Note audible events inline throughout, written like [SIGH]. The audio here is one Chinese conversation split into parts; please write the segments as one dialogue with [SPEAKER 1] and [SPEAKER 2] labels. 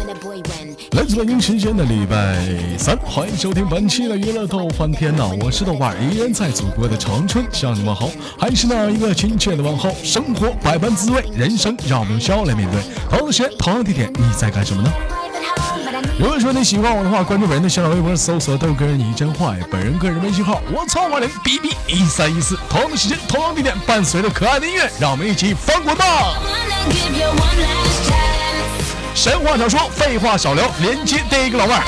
[SPEAKER 1] 来自北京时间的礼拜三，欢迎收听本期的娱乐逗翻天呐！我是豆瓣，依然在祖国的长春向你们好，还是那样一个亲切的问候。生活百般滋味，人生让我们用笑来面对。同样的时间，同样的地点，你在干什么呢？如果说你喜欢我的话，关注本人的新浪微博，搜索“豆哥你真坏”，本人个人微信号：我操五二零 B B 一三一四。同样的时间，同样地点，伴随着可爱的音乐，让我们一起翻滚吧！神话少说，废话少聊，连接第一个老妹儿。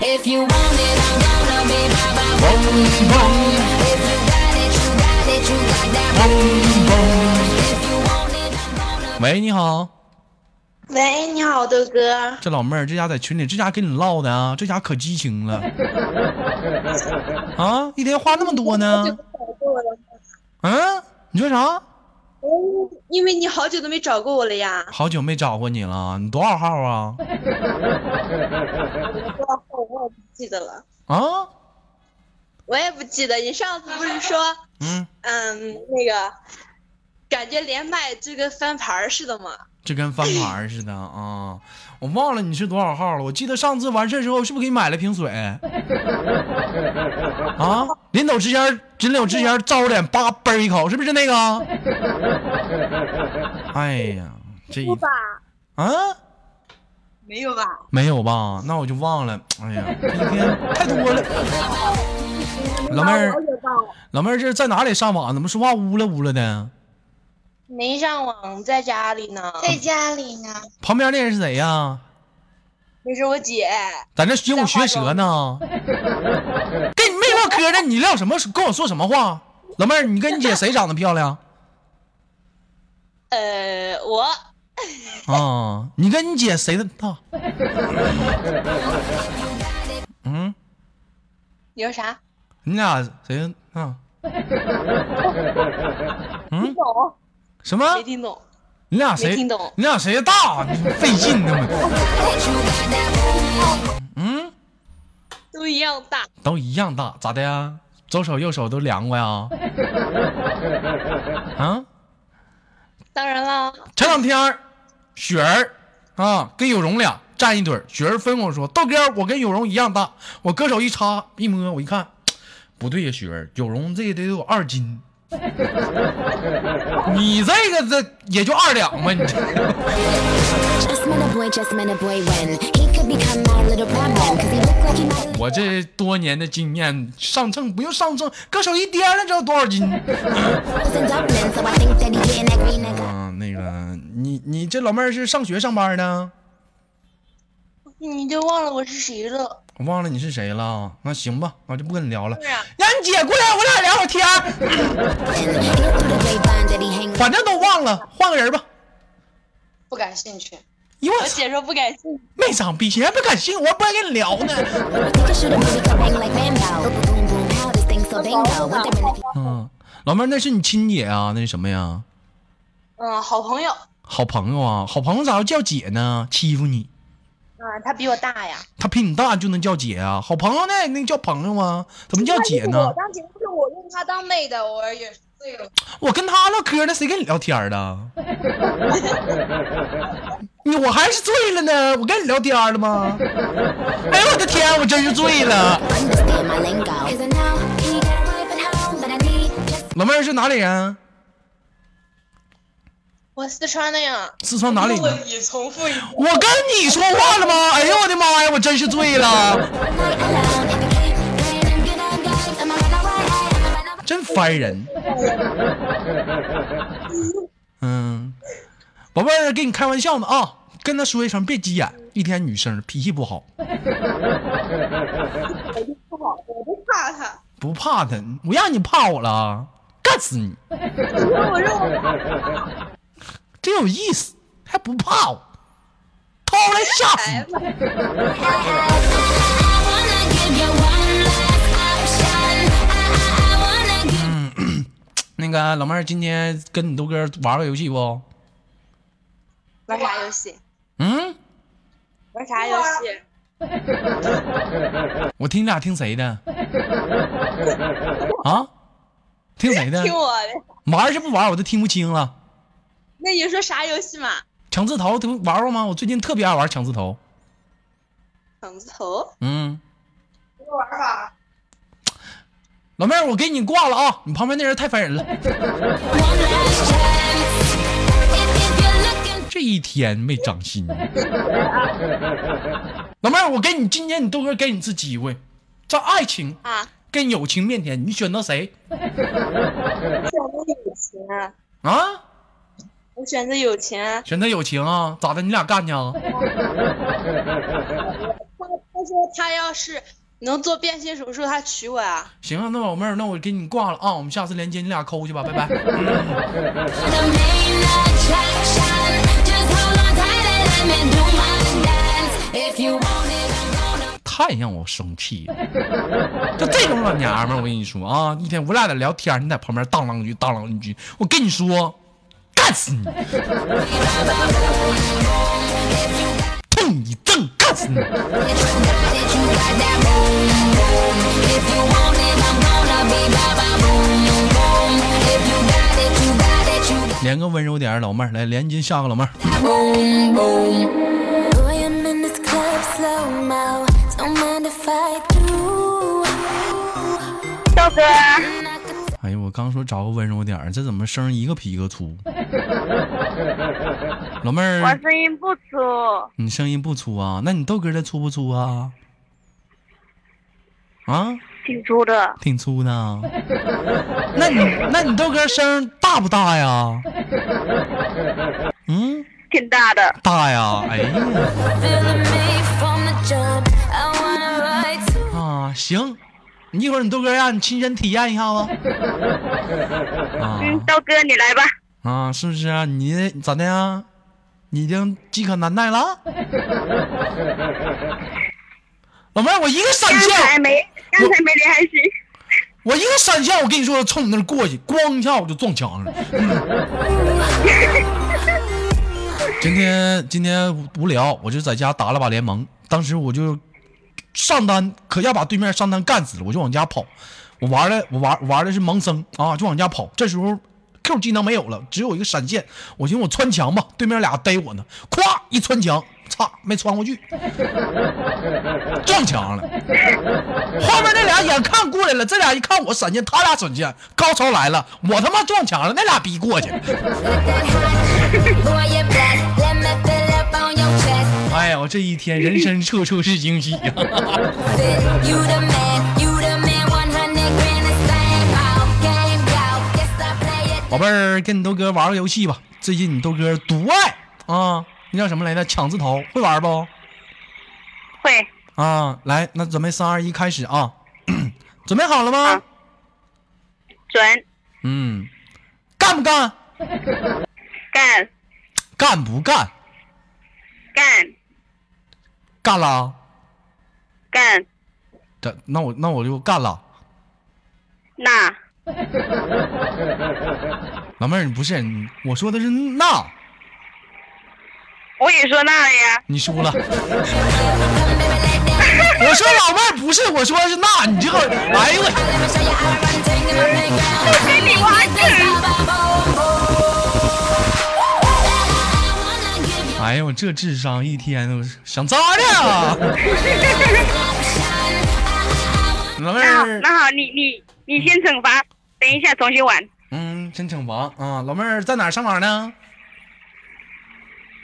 [SPEAKER 2] If you want it, I'm gonna be Baba Boom Boom. If you got it, you got it, you got that boom boom. If you want it, I'm gonna
[SPEAKER 1] 喂，你好，
[SPEAKER 3] 喂，你好，豆哥。
[SPEAKER 1] 这老妹儿，这家在群里，这家跟你唠的啊，这家可激情了，啊，一天话那么多呢？
[SPEAKER 3] 找过我了，哎
[SPEAKER 1] 嗯、你说啥？
[SPEAKER 3] 因为你好久都没找过我了呀。
[SPEAKER 1] 好久没找过你了，你多少号啊？
[SPEAKER 3] 我我也不记得了，
[SPEAKER 1] 啊，
[SPEAKER 3] 我也不记得。你上次不是说，
[SPEAKER 1] 嗯，
[SPEAKER 3] 嗯，那个，感觉连麦就跟翻牌儿似的吗？
[SPEAKER 1] 这跟翻牌儿似的啊，我忘了你是多少号了，我记得上次完事儿之后，是不是给你买了瓶水？啊，临走之前，临走之前照着脸叭嘣一口，是不是那个？哎呀，这一
[SPEAKER 3] 吧，
[SPEAKER 1] 啊。
[SPEAKER 3] 没有吧？
[SPEAKER 1] 没有吧？那我就忘了。哎呀，这一天太多了。老妹儿，老妹儿，这是在哪里上网？怎么说话呜了呜了的？
[SPEAKER 3] 没上网，在家里呢。
[SPEAKER 4] 在家里呢，
[SPEAKER 1] 旁边那人是谁呀？
[SPEAKER 3] 这是我姐，
[SPEAKER 1] 在那鹦鹉学舌呢？跟你没唠嗑呢，你唠什么？跟我说什么话？老妹儿，你跟你姐谁长得漂亮
[SPEAKER 3] 呃，我
[SPEAKER 1] 啊？你跟你姐谁的大？嗯，
[SPEAKER 3] 你说啥？
[SPEAKER 1] 你俩谁的啊？
[SPEAKER 3] 没懂，
[SPEAKER 1] 什么？
[SPEAKER 3] 没听懂。
[SPEAKER 1] 你俩谁？
[SPEAKER 3] 没听懂
[SPEAKER 1] 你俩谁的大？你费劲呢嘛？嗯。
[SPEAKER 3] 都一样大，
[SPEAKER 1] 都一样大，咋的呀？左手右手都量过呀？啊，
[SPEAKER 3] 当然啦，
[SPEAKER 1] 前两天儿雪儿啊跟有容俩站一堆儿，雪儿跟我说：“豆哥，我跟有容一样大。”我搁手一插一摸，我一看，不对呀，雪儿，有容这得有二 [LAUGHS] 斤，你这个这也就二两吧，你这
[SPEAKER 2] Just met a boy, just met a boy when he could become our little problem. Cause he looked like he might
[SPEAKER 1] 我这多年的经验上秤不用上秤，搁手一掂了知道多少斤。
[SPEAKER 2] was in Dublin, so I think that he getting that green nigga.
[SPEAKER 1] 啊，那个你你这老妹儿是上学上班呢？
[SPEAKER 3] 你就忘了我是谁了？
[SPEAKER 1] 我忘了你是谁了，那行吧，我就不跟你聊了。
[SPEAKER 3] 是啊
[SPEAKER 1] 让你姐过来，我俩聊会儿天儿，
[SPEAKER 2] And he looked through the grapevine that he hang
[SPEAKER 1] 反正都忘了，换个人吧。
[SPEAKER 3] 不感兴趣。
[SPEAKER 1] 因为
[SPEAKER 3] 我姐说不感兴趣。
[SPEAKER 1] 没长鼻血还不感兴趣，我还不爱跟你聊
[SPEAKER 3] [LAUGHS]
[SPEAKER 1] 呢。
[SPEAKER 2] with. Think I should have really could hang like bamboo. Boom, boom, how this thing so bingo. Wondering if he
[SPEAKER 1] 嗯，老妹儿，那是你亲姐啊？那是什么呀？
[SPEAKER 3] 嗯，好朋友。
[SPEAKER 1] 好朋友啊，好朋友咋要叫姐呢？欺负你，
[SPEAKER 3] 啊，他比我大呀。
[SPEAKER 1] 他比你大就能叫姐啊？好朋友那那叫朋友啊，怎么叫姐呢
[SPEAKER 4] 我？当姐夫是我用她当妹的，我也是最有。
[SPEAKER 1] 我跟他唠嗑呢，谁跟你聊天 [LAUGHS] 了？你我还是醉了呢，我跟你聊天了吗？哎呦我的天，我真是醉了。
[SPEAKER 2] understand my lingo. Cause I know he got a wife at home, but I need just
[SPEAKER 1] 老妹儿是哪里人？
[SPEAKER 3] 我四川的呀。
[SPEAKER 1] 四川哪里的？
[SPEAKER 3] 你重复一遍。
[SPEAKER 1] 我跟你说话了吗？哎呦我的妈呀，我真是醉了，
[SPEAKER 2] one night alone. If you keep playing them good old games, I'ma run away, I'ma run away.
[SPEAKER 1] 真烦 [LAUGHS] 人。嗯，宝贝儿，跟你开玩笑呢啊，跟他说一声别急眼，一天女生脾气不好，
[SPEAKER 3] 我不怕他，
[SPEAKER 1] 不怕他，我让你怕我了，干死你！
[SPEAKER 3] 我说我
[SPEAKER 1] 真有意思，还不怕我，掏来吓死你！
[SPEAKER 2] I wanna give you one last option. I, I, I wanna give
[SPEAKER 1] 那个老妹儿，今天跟你豆哥玩个游戏不？
[SPEAKER 3] 玩啥游戏？
[SPEAKER 1] 嗯，
[SPEAKER 3] 玩啥游戏？
[SPEAKER 1] 我听你俩听谁的？啊？听谁的？
[SPEAKER 3] 听我的，
[SPEAKER 1] 玩是不玩，我都听不清了。
[SPEAKER 3] 那你说啥游戏嘛？
[SPEAKER 1] 抢字头都玩过吗？我最近特别爱玩抢字头。
[SPEAKER 3] 抢字头，
[SPEAKER 1] 嗯，
[SPEAKER 4] 什么玩法？
[SPEAKER 1] 老妹儿，我给你挂了啊！你旁边那人太烦人了。这一天没长心。老妹儿，我给你今天你豆哥给你一次机会，在爱情
[SPEAKER 3] 啊
[SPEAKER 1] 跟友情面前，你选择谁
[SPEAKER 3] 我选择友情啊，
[SPEAKER 1] 啊？
[SPEAKER 3] 我选择友情啊。
[SPEAKER 1] 选择友情啊？咋的？你俩干去啊？
[SPEAKER 3] 他他说他要是能做变性手术，他娶我啊。
[SPEAKER 1] 行啊，那老妹儿，那我给你挂了啊！我们下次连接你俩抠去吧，拜拜。嗯太让我生气了，就这种老娘们儿，我跟你说啊，一天无赖的聊天，你在旁边当啷一句当啷一句，我跟你说，干死你！痛一阵，干死你！连个温柔点儿老妹儿，来连接下个老妹儿。
[SPEAKER 2] Boom, boom. Boy, I'm in this club slow mo. Don't mind if I do.
[SPEAKER 4] 豆哥，
[SPEAKER 1] 哎呦，我刚说找个温柔点儿，这怎么声一个比一个粗？老妹儿，
[SPEAKER 4] 声音不粗，
[SPEAKER 1] 你声音不粗啊？那你豆哥的粗不粗啊？啊？
[SPEAKER 4] 挺粗的。
[SPEAKER 1] 挺粗的啊。那你那你豆哥声大不大呀？嗯，
[SPEAKER 4] 挺大的。
[SPEAKER 1] 大呀。哎呀
[SPEAKER 2] Feeling me from the jump. I wanna ride to
[SPEAKER 1] 啊，行，你一会儿你豆哥让你亲身体验一下子。啊
[SPEAKER 4] 豆哥你来吧。
[SPEAKER 1] 啊，是不是啊？你咋的呀？你已经饥渴难耐了？ [LAUGHS] 老妹儿，我一个闪现，
[SPEAKER 4] 没，刚才没连上去。
[SPEAKER 1] 我一个闪现，我跟你说，冲你那儿过去，咣一下我就撞墙上了。今天今天无聊，我就在家打了把联盟，当时我就上单，可下把对面上单干死了，我就往家跑。我玩的我玩玩的是盲僧啊，就往家跑。这时候 Q 技能没有了，只有一个闪现。啊我寻思我穿墙吧，对面俩逮我呢，咵一穿墙，操，没穿过去，撞墙了。后面那俩眼看过来了，这俩一看我闪现，他俩闪现，高潮来了，我他妈撞墙了，那俩逼过去。
[SPEAKER 2] that hot. Boy, you're blessed. Let me fill up on your
[SPEAKER 1] [LAUGHS]
[SPEAKER 2] chest.
[SPEAKER 1] 哎呀，我这一天人生处处是惊喜 [LAUGHS] 呀、
[SPEAKER 2] Fit. You the man. You the man. 100 grand is bang. All game out. Guess I play it.
[SPEAKER 1] 宝贝儿，跟你豆哥玩个游戏吧。最近你豆哥独爱啊，那叫什么来着？抢字头，会玩不？
[SPEAKER 4] 会，
[SPEAKER 1] 啊，来，那准备三二一开始啊， [CLEARS THROAT] 准备好了吗
[SPEAKER 4] 好？准
[SPEAKER 1] 嗯，干不干？
[SPEAKER 4] 干
[SPEAKER 1] 干不干？
[SPEAKER 4] 干
[SPEAKER 1] 干了。
[SPEAKER 4] 干
[SPEAKER 1] 这那我那我就干了。
[SPEAKER 4] 那
[SPEAKER 1] 老妹儿，你不是你我说的是那，
[SPEAKER 4] 我也说那了呀。
[SPEAKER 1] 你输了。 [LAUGHS] 我说老妹儿不是，我说的是那，你这个，哎呦我。
[SPEAKER 2] Let me show you how I run things in my playground. I wanna give you
[SPEAKER 1] 哎呦，我这智商一天我想咋的？
[SPEAKER 2] option.
[SPEAKER 1] 老妹
[SPEAKER 4] 那好，
[SPEAKER 1] 儿，
[SPEAKER 4] 那好，你你你先惩罚，等一下重新玩。
[SPEAKER 1] 嗯，真惩罚啊！老妹儿在哪儿上网呢？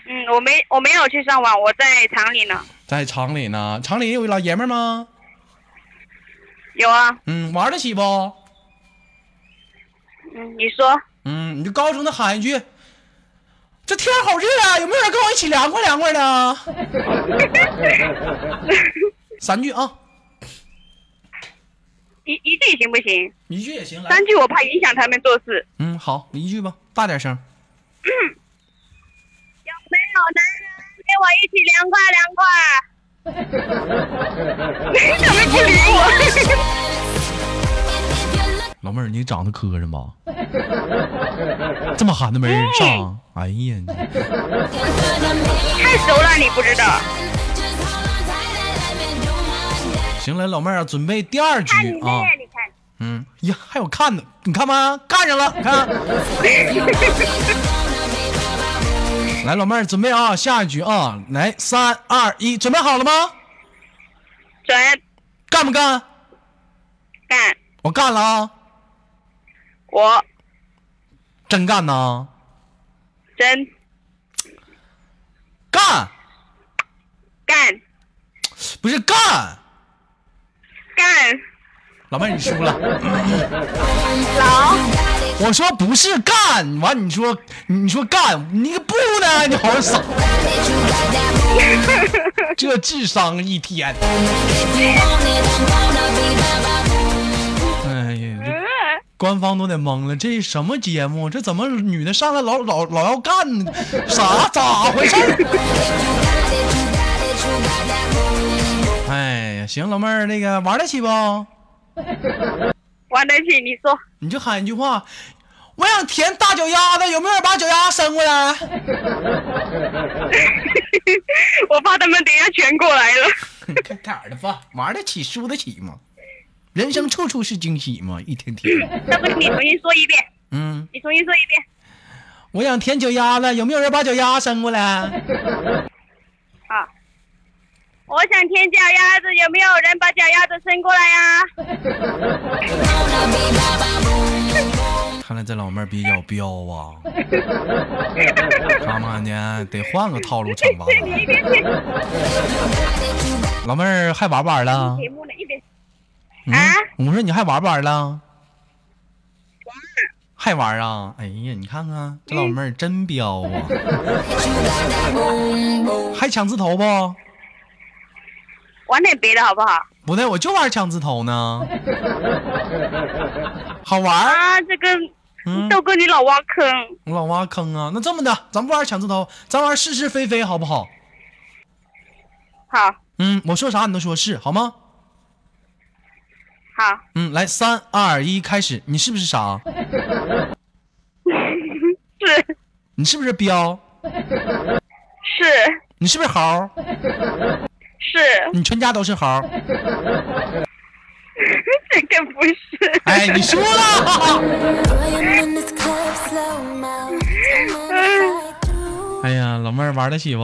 [SPEAKER 4] 嗯，我没我没有去上网，我在厂里呢。
[SPEAKER 1] 在厂里呢。厂里有老爷们儿吗？
[SPEAKER 4] 有啊，
[SPEAKER 1] 嗯，玩得起不？
[SPEAKER 4] 嗯，你说
[SPEAKER 1] 嗯，你就高声的喊一句：“这天好热啊，有没有人跟我一起凉快凉
[SPEAKER 4] [LAUGHS]
[SPEAKER 1] 快的？”三句啊，
[SPEAKER 4] 一一句行不行？
[SPEAKER 1] 一句也行。来，
[SPEAKER 4] 三句我怕影响他们做事。
[SPEAKER 1] 嗯，好，一句吧，大点声。
[SPEAKER 4] 有没有男人跟我一起凉快凉快？你怎么不理我？
[SPEAKER 1] 老妹儿，你长得磕碜吧？这么喊都没人上。哎呀，你
[SPEAKER 4] 太熟了，你不知道。
[SPEAKER 1] 行了，老妹儿啊，准备第二局啊。
[SPEAKER 4] 你看，
[SPEAKER 1] 嗯，呀，还有看呢，你看吧，看上了，看。来，老妹儿准备啊，下一局啊，来，三二一，准备好了吗？
[SPEAKER 5] 准
[SPEAKER 1] 干不干？
[SPEAKER 5] 干
[SPEAKER 1] 我干了啊，
[SPEAKER 5] 我
[SPEAKER 1] 真干呐，
[SPEAKER 5] 真
[SPEAKER 1] 干
[SPEAKER 5] 干
[SPEAKER 1] 不是干，
[SPEAKER 5] 干
[SPEAKER 1] 老妹儿你输了。老， [LAUGHS] 我说不是干，完你说你说干，你个不呢？你好好扫，这智商一天。哎呀，这官方都得懵了，这什么节目？这怎么女的上来老老老要干呢？啥咋回事儿？哎呀，行，老妹儿，那个玩得起不？
[SPEAKER 5] 玩得起，你说
[SPEAKER 1] 你就喊一句话，我想舔大脚丫子，有没有人把脚丫伸过来？ [LAUGHS]
[SPEAKER 5] 我怕他们等一下全过来了。
[SPEAKER 1] 看点儿的吧，玩得起，输得起吗？人生处处是惊喜嘛，一天
[SPEAKER 5] [LAUGHS]
[SPEAKER 1] 天。
[SPEAKER 5] 要不你重新说一遍，
[SPEAKER 1] 嗯，
[SPEAKER 5] 你重新说一遍。
[SPEAKER 1] 我想舔脚丫子，有没有人把脚丫伸过来？
[SPEAKER 5] 好，啊我想舔脚丫子，有没有人把脚丫子伸过来啊呀、
[SPEAKER 1] 看来这老妹儿比较彪啊，他妈的得换个套路惩罚
[SPEAKER 5] 这你一
[SPEAKER 1] 她。
[SPEAKER 5] 边听
[SPEAKER 1] 老妹儿还玩不玩了？
[SPEAKER 5] 节目呢，一边
[SPEAKER 1] 嗯，我说你还玩不玩了？还玩啊？哎呀，你看看这老妹儿真彪啊！还抢字头不？
[SPEAKER 5] 玩点别的好不好？
[SPEAKER 1] 不对，我就玩抢字头呢，好玩儿。
[SPEAKER 5] 啊，这个
[SPEAKER 1] 嗯，
[SPEAKER 5] 豆哥你老挖坑，
[SPEAKER 1] 我老挖坑啊！那这么的，咱不玩抢字头，咱玩是是非非，好不好？
[SPEAKER 5] 好
[SPEAKER 1] 嗯，我说啥你都说是，好吗？
[SPEAKER 5] 好，
[SPEAKER 1] 嗯，来，三二一，开始。你是不是傻？
[SPEAKER 5] 是
[SPEAKER 1] 你是不是彪？
[SPEAKER 5] 是
[SPEAKER 1] 你是不是猴？
[SPEAKER 5] 是， [LAUGHS]
[SPEAKER 1] 你全家都是猴？
[SPEAKER 5] 这个不是。
[SPEAKER 1] 哎，你输了！哎呀，老妹儿玩得起
[SPEAKER 5] [LAUGHS]
[SPEAKER 1] 不？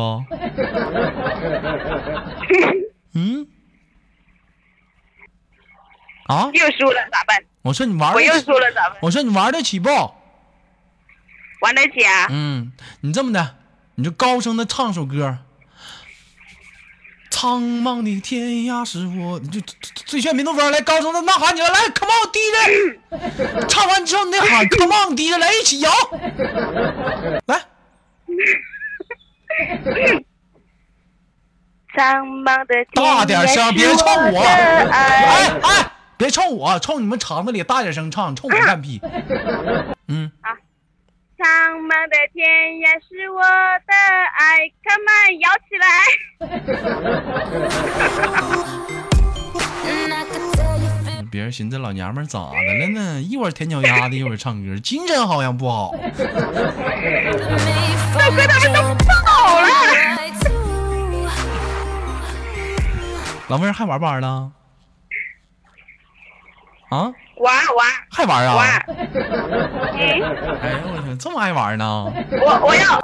[SPEAKER 1] 嗯？啊？
[SPEAKER 5] 又输了咋办？
[SPEAKER 1] 我说你玩
[SPEAKER 5] 我
[SPEAKER 1] 得
[SPEAKER 5] 又
[SPEAKER 1] 起
[SPEAKER 5] 输，了咋办？
[SPEAKER 1] 我说你玩得起不？
[SPEAKER 5] 玩得起啊？
[SPEAKER 1] 嗯，你这么的，你就高声的唱首歌。苍茫的天涯是我，你就最炫民族风，来高声的呐喊起来，来，come on DJ，唱
[SPEAKER 5] [LAUGHS]
[SPEAKER 1] 完之后你得喊 come on DJ，来一起摇，来，
[SPEAKER 5] 苍茫的天
[SPEAKER 1] 大点声，别冲我，
[SPEAKER 5] 涯是的爱
[SPEAKER 1] 哎哎，别冲我，冲你们肠子里，大点声唱，冲我干 [LAUGHS] 屁，嗯，
[SPEAKER 5] 苍茫的天涯是我的爱，Come on，摇起来！
[SPEAKER 1] 别人寻思老娘们儿咋的了呢？一会儿舔脚丫子，一会儿唱歌，精神好像不好。
[SPEAKER 5] 好了，
[SPEAKER 1] 嗯老妹儿还玩不玩了？啊，
[SPEAKER 5] [LAUGHS] 玩玩
[SPEAKER 1] 还玩啊？
[SPEAKER 5] 玩，嗯，
[SPEAKER 1] 哎呦我去，这么爱玩呢？
[SPEAKER 5] 我我要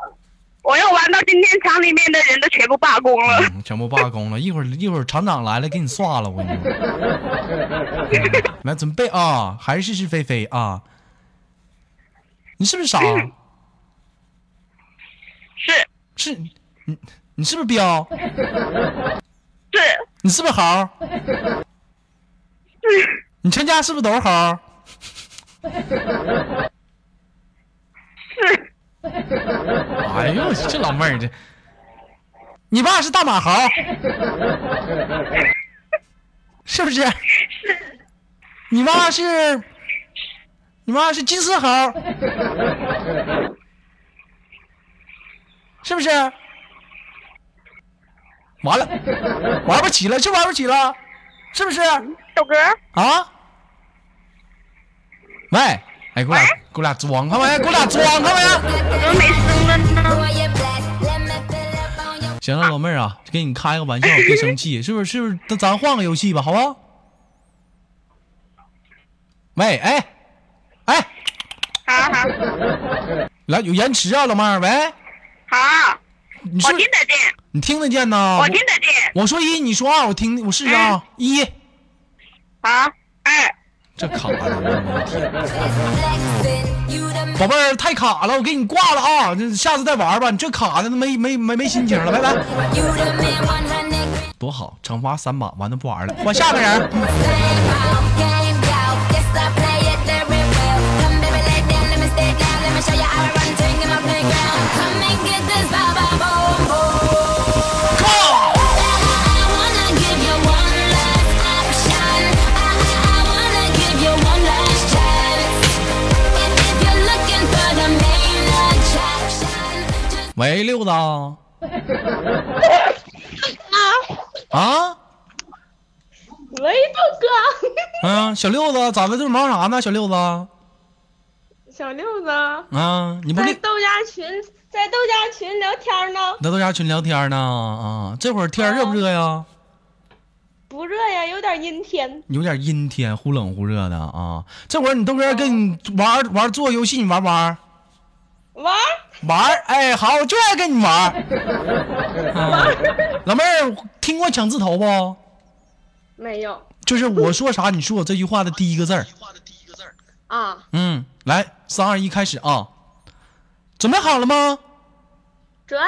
[SPEAKER 5] 我要玩到今天厂里面的人都全部罢工了，
[SPEAKER 1] 嗯全部罢工了，一会儿一会儿厂长来了给你刷了，我跟你说。嗯来准备啊，还是是非非啊？你是不是傻？
[SPEAKER 5] 是
[SPEAKER 1] 是，你你是不是彪？
[SPEAKER 5] 是
[SPEAKER 1] 你是不是猴？
[SPEAKER 5] [LAUGHS]
[SPEAKER 1] 你全家是不是都是猴？
[SPEAKER 5] 是
[SPEAKER 1] 哎呦，我去，这老妹儿这，你爸是大马猴，是不是？是。你妈是，你妈是金丝猴，是不是？完了，玩不起了，就玩不起了，是不是？
[SPEAKER 5] 豆哥，
[SPEAKER 1] 啊？喂，哎，给我俩，给我俩装，看没？给我俩装，看没？
[SPEAKER 5] 怎么没声了呢？
[SPEAKER 1] 行了，老妹儿啊，给你开个玩笑，别生气，是不是？是不是？那咱换个游戏吧，好不好？喂，哎，哎，
[SPEAKER 5] 好好
[SPEAKER 1] 来，有延迟啊，老妹儿，喂，
[SPEAKER 5] 好，
[SPEAKER 1] 你
[SPEAKER 5] 我
[SPEAKER 1] 是
[SPEAKER 5] 听得见，
[SPEAKER 1] 你听得见呐？
[SPEAKER 5] 我听嗯得见。
[SPEAKER 1] 我说一，你说二，我听我试试啊。一，
[SPEAKER 5] 好，二，
[SPEAKER 1] 这卡了，我的天！宝贝儿太卡了，我给你挂了啊！这下次再玩吧，你这卡的没没没没心情了，拜拜。多好，惩罚三把，完了不 [LAUGHS] 玩了，换下个人。喂，六子啊。啊，
[SPEAKER 3] 喂，豆哥，
[SPEAKER 1] 嗯、小六子，咋了？这忙啥呢？小六子，啊，
[SPEAKER 3] [LAUGHS] 小六呢？
[SPEAKER 1] 你不
[SPEAKER 3] 在
[SPEAKER 1] 练
[SPEAKER 3] 豆家群，在豆家群聊天呢，
[SPEAKER 1] 在豆家群聊天呢？啊，这会儿天儿热不热呀？
[SPEAKER 3] 不热呀，有点阴天。
[SPEAKER 1] 有点阴天，忽冷忽热的啊。这会儿你豆哥跟你玩玩做游戏，你玩不玩？
[SPEAKER 3] 玩儿，
[SPEAKER 1] 玩儿，哎，好，我就爱跟你玩儿。 [LAUGHS] 啊、老妹儿，听过抢字头不？
[SPEAKER 3] 没有
[SPEAKER 1] 就是我说啥，你说我这句话的第一个字儿。
[SPEAKER 3] 啊？
[SPEAKER 1] 嗯，来，三二一，开始啊！准备好了吗？
[SPEAKER 3] 转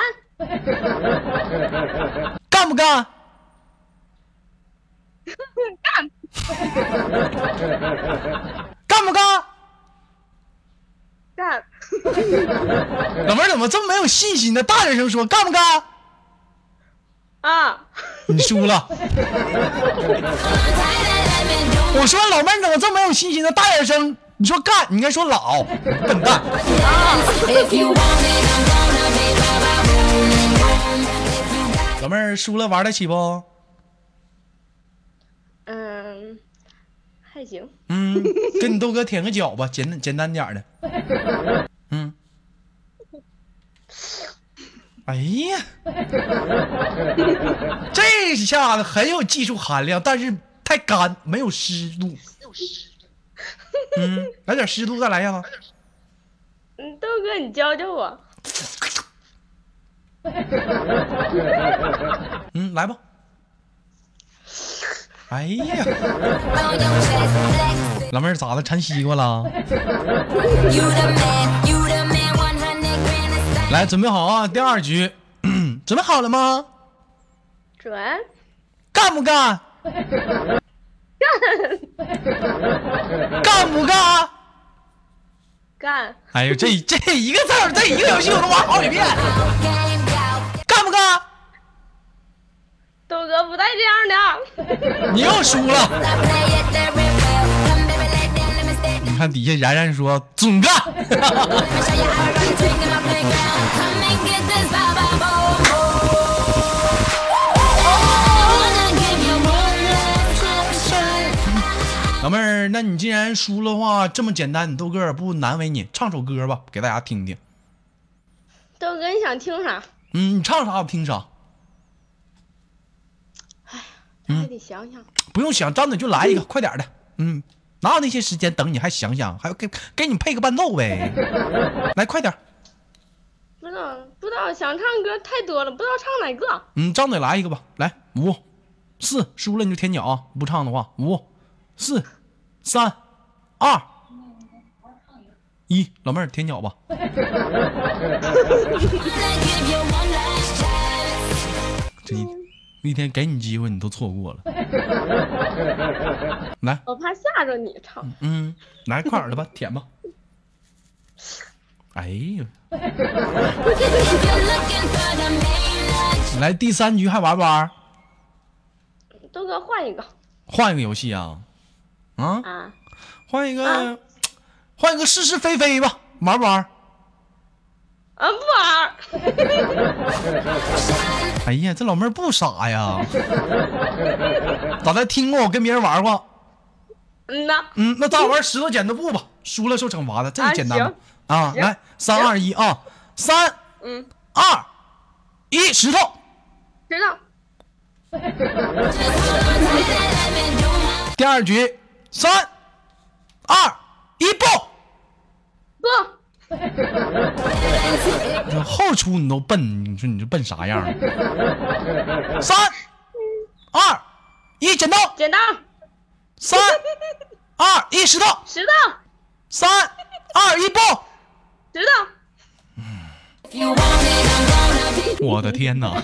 [SPEAKER 1] 干不干？干。干不干？
[SPEAKER 3] 干
[SPEAKER 1] 老妹儿怎么这么没有信心呢？大点声说，干不干？
[SPEAKER 3] 啊！
[SPEAKER 1] 你输了。我说老妹儿，你怎么这么没有信心呢？大点声，你说干，你应该说老，笨蛋。
[SPEAKER 2] If you want it, I'm gonna be Baba Boom Boom. If you got
[SPEAKER 1] 老妹儿输了玩得起不？
[SPEAKER 3] 嗯，还行。
[SPEAKER 1] 嗯，跟你豆哥舔个脚吧，简单简单点儿的。嗯。哎呀，这下子很有技术含量，但是太干，没有湿度。嗯，来点湿度，再来一下子。
[SPEAKER 3] 嗯，豆哥，你教教我。
[SPEAKER 1] 嗯，来吧。哎呀，
[SPEAKER 2] on your chest, flex.
[SPEAKER 1] 老妹儿咋的？馋西瓜了？
[SPEAKER 2] You the man, you the man, 100 grand a side.
[SPEAKER 1] 来，准备好啊，第二局， [CLEARS THROAT] 准备好了吗？
[SPEAKER 3] 转
[SPEAKER 1] 干不干？干，干不干？
[SPEAKER 3] 干
[SPEAKER 1] 哎呦，这这一个字儿，这一个游戏我都玩好几遍，
[SPEAKER 2] Game out.
[SPEAKER 1] 干不干？
[SPEAKER 3] 豆哥不带这样的，
[SPEAKER 1] 你又输了。
[SPEAKER 2] I play it very well. Come baby, let down, let me stay.
[SPEAKER 1] 你看底下然然说准干，
[SPEAKER 2] Let me show you how I run swing in my playground. Come and get this Baba Boom Boom. I wanna give you one last option.
[SPEAKER 1] 老妹儿，那你既然输了话，这么简单，你豆哥也不难为你，唱首歌吧，给大家听听。
[SPEAKER 3] 豆哥你想听啥？
[SPEAKER 1] 嗯，你唱啥我听啥，
[SPEAKER 3] 哎还得想想。
[SPEAKER 1] 嗯不用想，张嘴就来一个，快点儿的。嗯，哪有那些时间等你？还想想，还要给给你配个伴奏
[SPEAKER 3] [LAUGHS]
[SPEAKER 1] 呗。来，快点儿。
[SPEAKER 3] 不知道，不知道，想唱歌太多了，不知道唱哪个。
[SPEAKER 1] 嗯，张嘴来一个吧，来五、四，输了你就舔脚啊，不唱的话，五、四、三、二、一，老妹儿舔脚吧。
[SPEAKER 2] Wanna give you one last chance.
[SPEAKER 1] 这一一天给你机会你都错过了，来，
[SPEAKER 3] 我怕吓着你唱。
[SPEAKER 1] 嗯，来快点儿的吧， [LAUGHS] 舔吧。哎呀，
[SPEAKER 2] If you're looking for the main attraction,
[SPEAKER 1] 来第三局还玩不玩？嗯
[SPEAKER 3] 豆哥换一个
[SPEAKER 1] 换一个游戏啊，啊，
[SPEAKER 3] 啊！
[SPEAKER 1] 换一个，换一个是是非非吧，玩不玩？
[SPEAKER 3] 啊，不玩儿。
[SPEAKER 1] 哎呀，这老妹儿不傻呀， [LAUGHS] 咋的？听过我跟别人玩过？
[SPEAKER 3] 嗯呐，
[SPEAKER 1] 嗯，那咱俩玩石头剪刀布吧，输了受惩罚的，这个简单吧？啊，
[SPEAKER 3] 行
[SPEAKER 1] 来，三二一啊，三，
[SPEAKER 3] 嗯，
[SPEAKER 1] 二，一，石头。
[SPEAKER 3] 知道。
[SPEAKER 1] [LAUGHS] 第二局，三，二，一，布。
[SPEAKER 3] 不，
[SPEAKER 1] 这后出你都笨，你说你这笨啥样啊？三二一，剪刀！
[SPEAKER 3] 剪刀、
[SPEAKER 1] 三二一，石头！
[SPEAKER 3] 石头、
[SPEAKER 1] 三二一，爆！
[SPEAKER 3] 石头。
[SPEAKER 1] 我的天哪！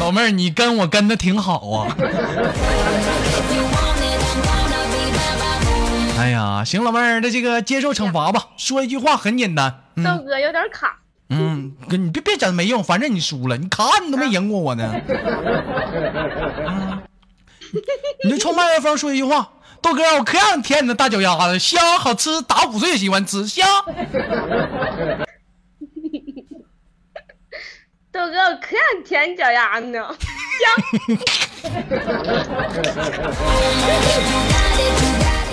[SPEAKER 1] 老妹儿，你跟我跟的挺好啊。哎呀，行，老妹儿，那这个接受惩罚吧。说一句话很简单，
[SPEAKER 5] 豆
[SPEAKER 1] 嗯
[SPEAKER 5] 哥有点卡，
[SPEAKER 1] 嗯，哥你别别整没用，反正你输了，你卡你都没赢过我呢。嗯你就冲麦克风说一句话，豆哥，我可想舔你的大脚丫子，香好吃，打五岁也喜欢吃香。
[SPEAKER 5] 豆哥我可想舔你脚丫子呢。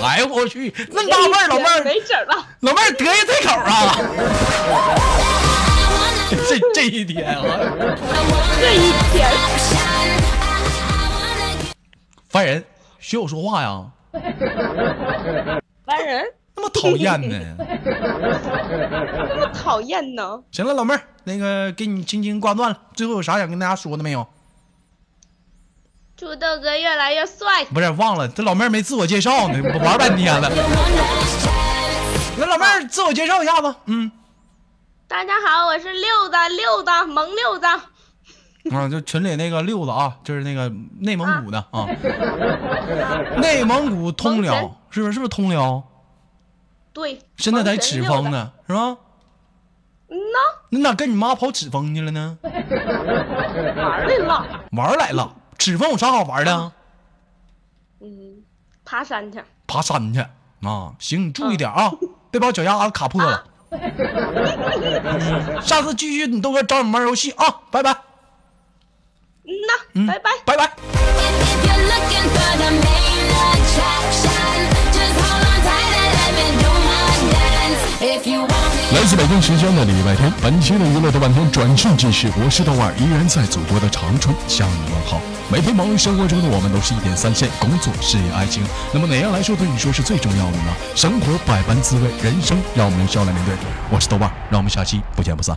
[SPEAKER 1] 哎呦我去，那么大味儿，哎老妹儿
[SPEAKER 3] [LAUGHS] 没整了。
[SPEAKER 1] 老妹儿得意这口啊！这这一天啊，烦人，学我说话呀，
[SPEAKER 3] 完人
[SPEAKER 1] 那么讨厌呢。
[SPEAKER 3] 那么讨厌呢？
[SPEAKER 1] 行了，老妹儿，那个给你轻轻挂断了。最后有啥想跟大家说的没有？
[SPEAKER 5] 祝豆哥越来越帅，
[SPEAKER 1] 不是忘了，这老妹儿没自我介绍呢， [LAUGHS] 我玩半天了。那老妹儿自我介绍一下子，嗯，
[SPEAKER 5] 大家好，我是六子，六子萌六子，
[SPEAKER 1] [LAUGHS] 啊，就群里那个六子啊，就是那个内蒙古的啊， [LAUGHS] 内蒙古通辽是不是？是不是通辽？
[SPEAKER 5] 对，
[SPEAKER 1] 现在在
[SPEAKER 5] 神
[SPEAKER 1] 赤
[SPEAKER 5] 六
[SPEAKER 1] 峰
[SPEAKER 5] 子，
[SPEAKER 1] 呢，啊是吧？
[SPEAKER 5] 嗯呐，
[SPEAKER 1] 你咋跟你妈跑赤峰去了呢？
[SPEAKER 5] [LAUGHS] 玩儿来了，
[SPEAKER 1] 玩儿来了，赤峰有啥好玩儿的啊？
[SPEAKER 5] 嗯，爬山去，
[SPEAKER 1] 爬山去啊！行，你注意点啊，别把脚丫子卡破
[SPEAKER 5] [LAUGHS]
[SPEAKER 1] 了。嗯下次继续你豆哥找你玩儿游戏啊，拜拜，
[SPEAKER 5] 嗯呐，
[SPEAKER 1] 嗯，
[SPEAKER 5] 拜拜。
[SPEAKER 1] 拜拜。
[SPEAKER 2] If you want it.
[SPEAKER 6] 来自北京时间的礼拜天，本期的娱乐豆瓣天转瞬即逝，我是豆瓣儿，依然在祖国的长春向你问好。每天忙于生活中的我们都是一点三线，工作、事业、爱情，那么哪样来说对你说是最重要的呢？生活百般滋味，人生让我们用笑来面对。我是豆瓣儿，让我们下期不见不散。